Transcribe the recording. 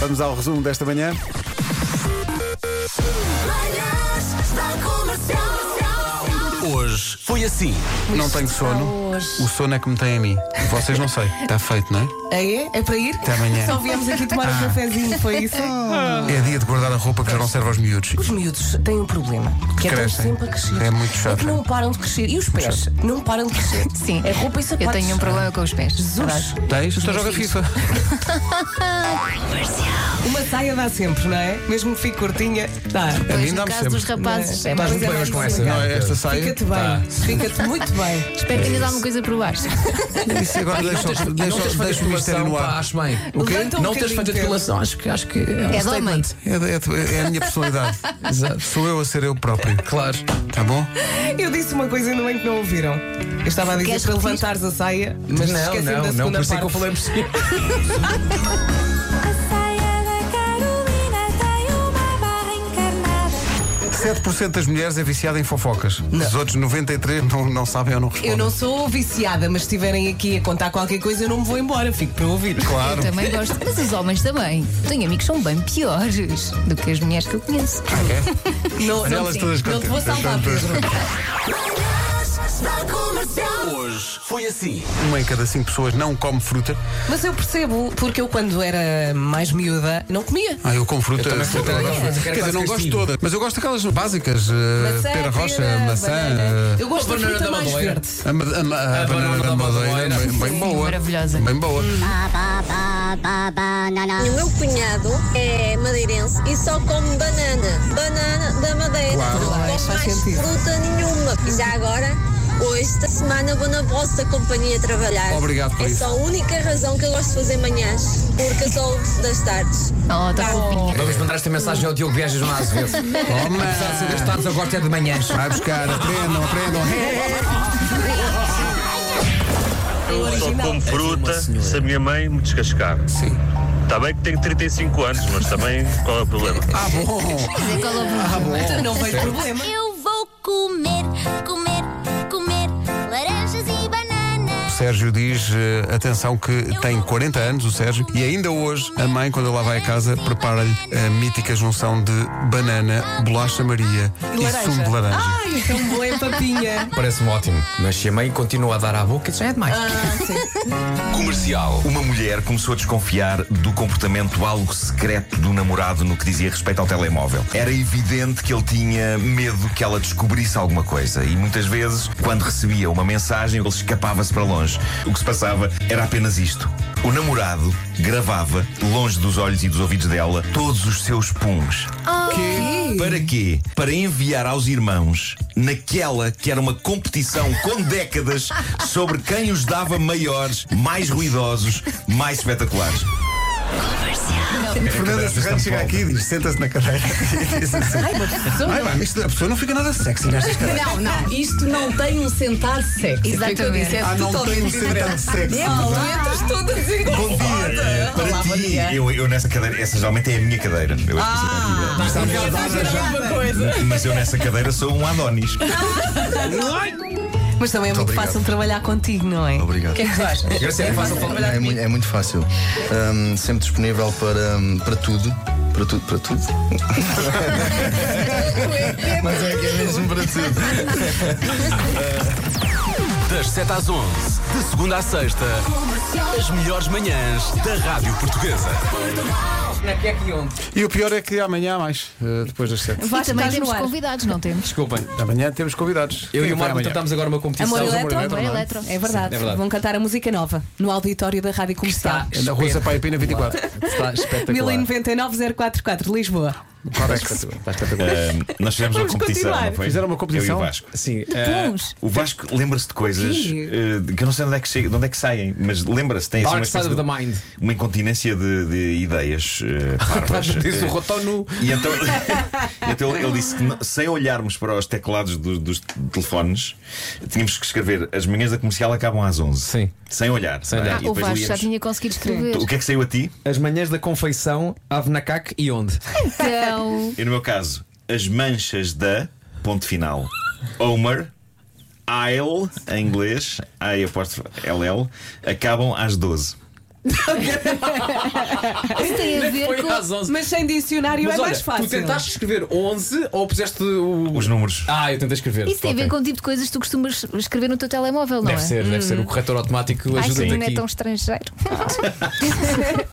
Vamos ao resumo desta manhã. Manhãs da comercial. Hoje foi assim. Não tenho sono. O sono é que me tem a mim. Vocês não sei. Está feito, não é? Aí é? É para ir? Até amanhã. Só viemos aqui tomar um cafezinho, foi isso? É dia de guardar a roupa que já não serve aos miúdos. Os miúdos têm um problema, que é que estão Crescem. sempre a crescer. É muito chato. É que não param de crescer. E os pés não param de crescer. Sim. É roupa e sapatos. Eu tenho um problema com os pés. Jesus. Tens? Então joga FIFA. Uma saia dá sempre, não é? Mesmo que fique curtinha, dá. A Pois, mim no dá-me caso sempre. dos rapazes, é Mas mais é grave. mais complicado. Não, é esta saia. Fica-te bem. Tá. Fica-te muito bem. Espero que ainda dá alguma coisa por baixo. Isso agora deixa- deixa deixa o mistério no ar. Acho bem. O quê? Levanta um não tens bocadinho feito a o pé. depilação. Acho que, acho que é um É de statement. homem. É, é- é a minha personalidade. Exato. Sou eu a ser eu próprio. Claro. Tá bom? Eu disse uma coisa ainda bem que não ouviram. Eu estava a dizer Queres para repetir? levantares a saia, mas Mas não, esqueci da não, segunda não. Por isso é parte. que eu falei por cima. A saia da Carolina tem uma barra encarnada. 7% das mulheres é viciada em fofocas. Os outros 93% não, não sabem ou não respondem. Eu não sou viciada, mas se estiverem aqui a contar qualquer coisa, eu não me vou embora, fico para ouvir. Claro. Eu também gosto. Mas os homens também. Tenho amigos que são bem piores do que as mulheres que eu conheço. Não, não, Elas É? todas não te vou contentes. salvar, Pedro. Manhãs da comercial. Hoje foi assim. Uma em cada cinco pessoas não come fruta. Mas eu percebo, porque eu quando era mais miúda não comia. Ah, eu como fruta. também fruta, eu gosto de fruta, Quer quero dizer, não quase gosto de castigo. todas. Mas eu gosto daquelas básicas: eh, Maçã, pera rocha, pera, maçã. banana. eh, Eu gosto da a banana fruta da mais Madeira. verde. a, ma- a ma- a A banana da madeira, bem, bem boa. maravilhosa. Bem boa. Hum. O meu cunhado é madeirense e só come banana. Banana da madeira. Claro. Não Claro, come faz mais sentido. fruta nenhuma. E já agora, hoje, esta semana, vou na vossa companhia trabalhar. Obrigado por É isso. só a única razão que eu gosto de fazer manhãs. Porque eu sou das tardes. Ah, Oh, tá fofinha. Vamos mandar esta mensagem ao Diogo Viajas no Azevedo. Apesar de ser das tardes, eu gosto é de manhãs. Vai buscar, aprendam, aprendam. Eu só como fruta senhora. se a minha mãe me descascar. Sim. Está bem que tenho 35 anos, mas também qual é o problema? Ah, bom. Dizer qual é o problema. Tu não vejo problema. Eu vou comer, comer, comer laranjas e O bananas. Sérgio diz, eh, atenção, que tem 40 anos, o Sérgio, e ainda hoje a mãe, quando ele lá vai a casa, prepara-lhe a mítica junção de banana, bolacha Maria e, laranja. sumo de laranja. Ai, é tão boa é papinha. Parece-me ótimo. Mas se a mãe continua a dar à boca, isso já é demais. Comercial. Uma mulher começou a desconfiar do comportamento algo secreto do namorado no que dizia respeito ao telemóvel. Era evidente que ele tinha medo que ela descobrisse alguma coisa e muitas vezes, quando recebia uma mensagem, ele escapava-se para longe. O que se passava era apenas isto. O namorado gravava, longe dos olhos e dos ouvidos dela, todos os seus puns. Para quê? Para enviar aos irmãos naquela que era uma competição com décadas sobre quem os dava maiores, mais ruidosos, mais espetaculares. Fernanda Serrano chega aqui e diz: senta-se na cadeira. E diz assim, Ai, pá, isto- a pessoa não fica nada sexy nestas cadeiras. Não, não, isto não tem um sentar sexy. Foi o que eu disse, é assim. Ah, não totalmente tenho um diferente. sentado sexy. Letras todas iguais. Bom dia! Para bom ti, dia. eu, eu nessa cadeira, essa geralmente é a minha cadeira. Eu acho que você tem aqui. Mas eu nessa cadeira sou um Adonis. Mas também é muito obrigado. fácil trabalhar contigo, não é? Obrigado. O que é que tu achas? Eu sei, é fácil falar. É, muito, é muito fácil. Ahm, sempre disponível para, hum, para tudo. Para tudo, para tudo. Mas é que é mesmo para tudo. Das 7 às 11, de segunda à sexta, as melhores manhãs da Rádio Portuguesa. Aqui, aqui, onde? E o pior é que amanhã há mais, eh, depois das 7. E também estás temos no ar. convidados, não temos? Desculpem. Amanhã temos convidados. Eu Quem é que e o vai Marco amanhã? tentamos agora uma competição. Amor sobre- Eletro? Amor Eletro. É verdade. É verdade. Vão cantar a música nova no auditório da Rádio Comercial. Está Na Rua Sampaio Pina 24. Está espetacular. 1099-044, Lisboa. Qual é que- Está espetacular. Ahm, nós fizemos uma Vamos competição, continuar. não foi? Fizeram uma competição? Eu e o Vasco. Sim. eh, Uns. O Vasco lembra-se de coisas Sim. eh, que eu não sei onde é que, chega, de onde é que saem, mas lembra-se, tem assim, uma, Dark Side espécie of the de- Mind. uma incontinência de, de ideias eh, parvas. Diz o Eh, rotão nu. E então, então ele disse que não- sem olharmos para os teclados do- dos telefones, tínhamos que escrever as manhãs da comercial acabam às 11. Sim. Sem olhar. Sem não é? olhar. E Ah, O depois Vasco já líamos. tinha conseguido escrever. O que é que saiu a ti? As manhãs da confeição, Avenacac e onde? Então, E no meu caso, as manchas da. Ponto final. Homer. Isle, em inglês, I apóstrofe LL, acabam às 12. Isso tem a ver É Foi com. às 11. Mas sem dicionário Mas é olha, mais fácil. Tu tentaste escrever 11 ou puseste o- Os números. Ah, eu tentei escrever. Isso tem a ver Ok. com o tipo de coisas que tu costumas escrever no teu telemóvel, não Deve é? ser, deve ser. O corretor automático Ai, que ajuda-te não é aqui. tão estrangeiro.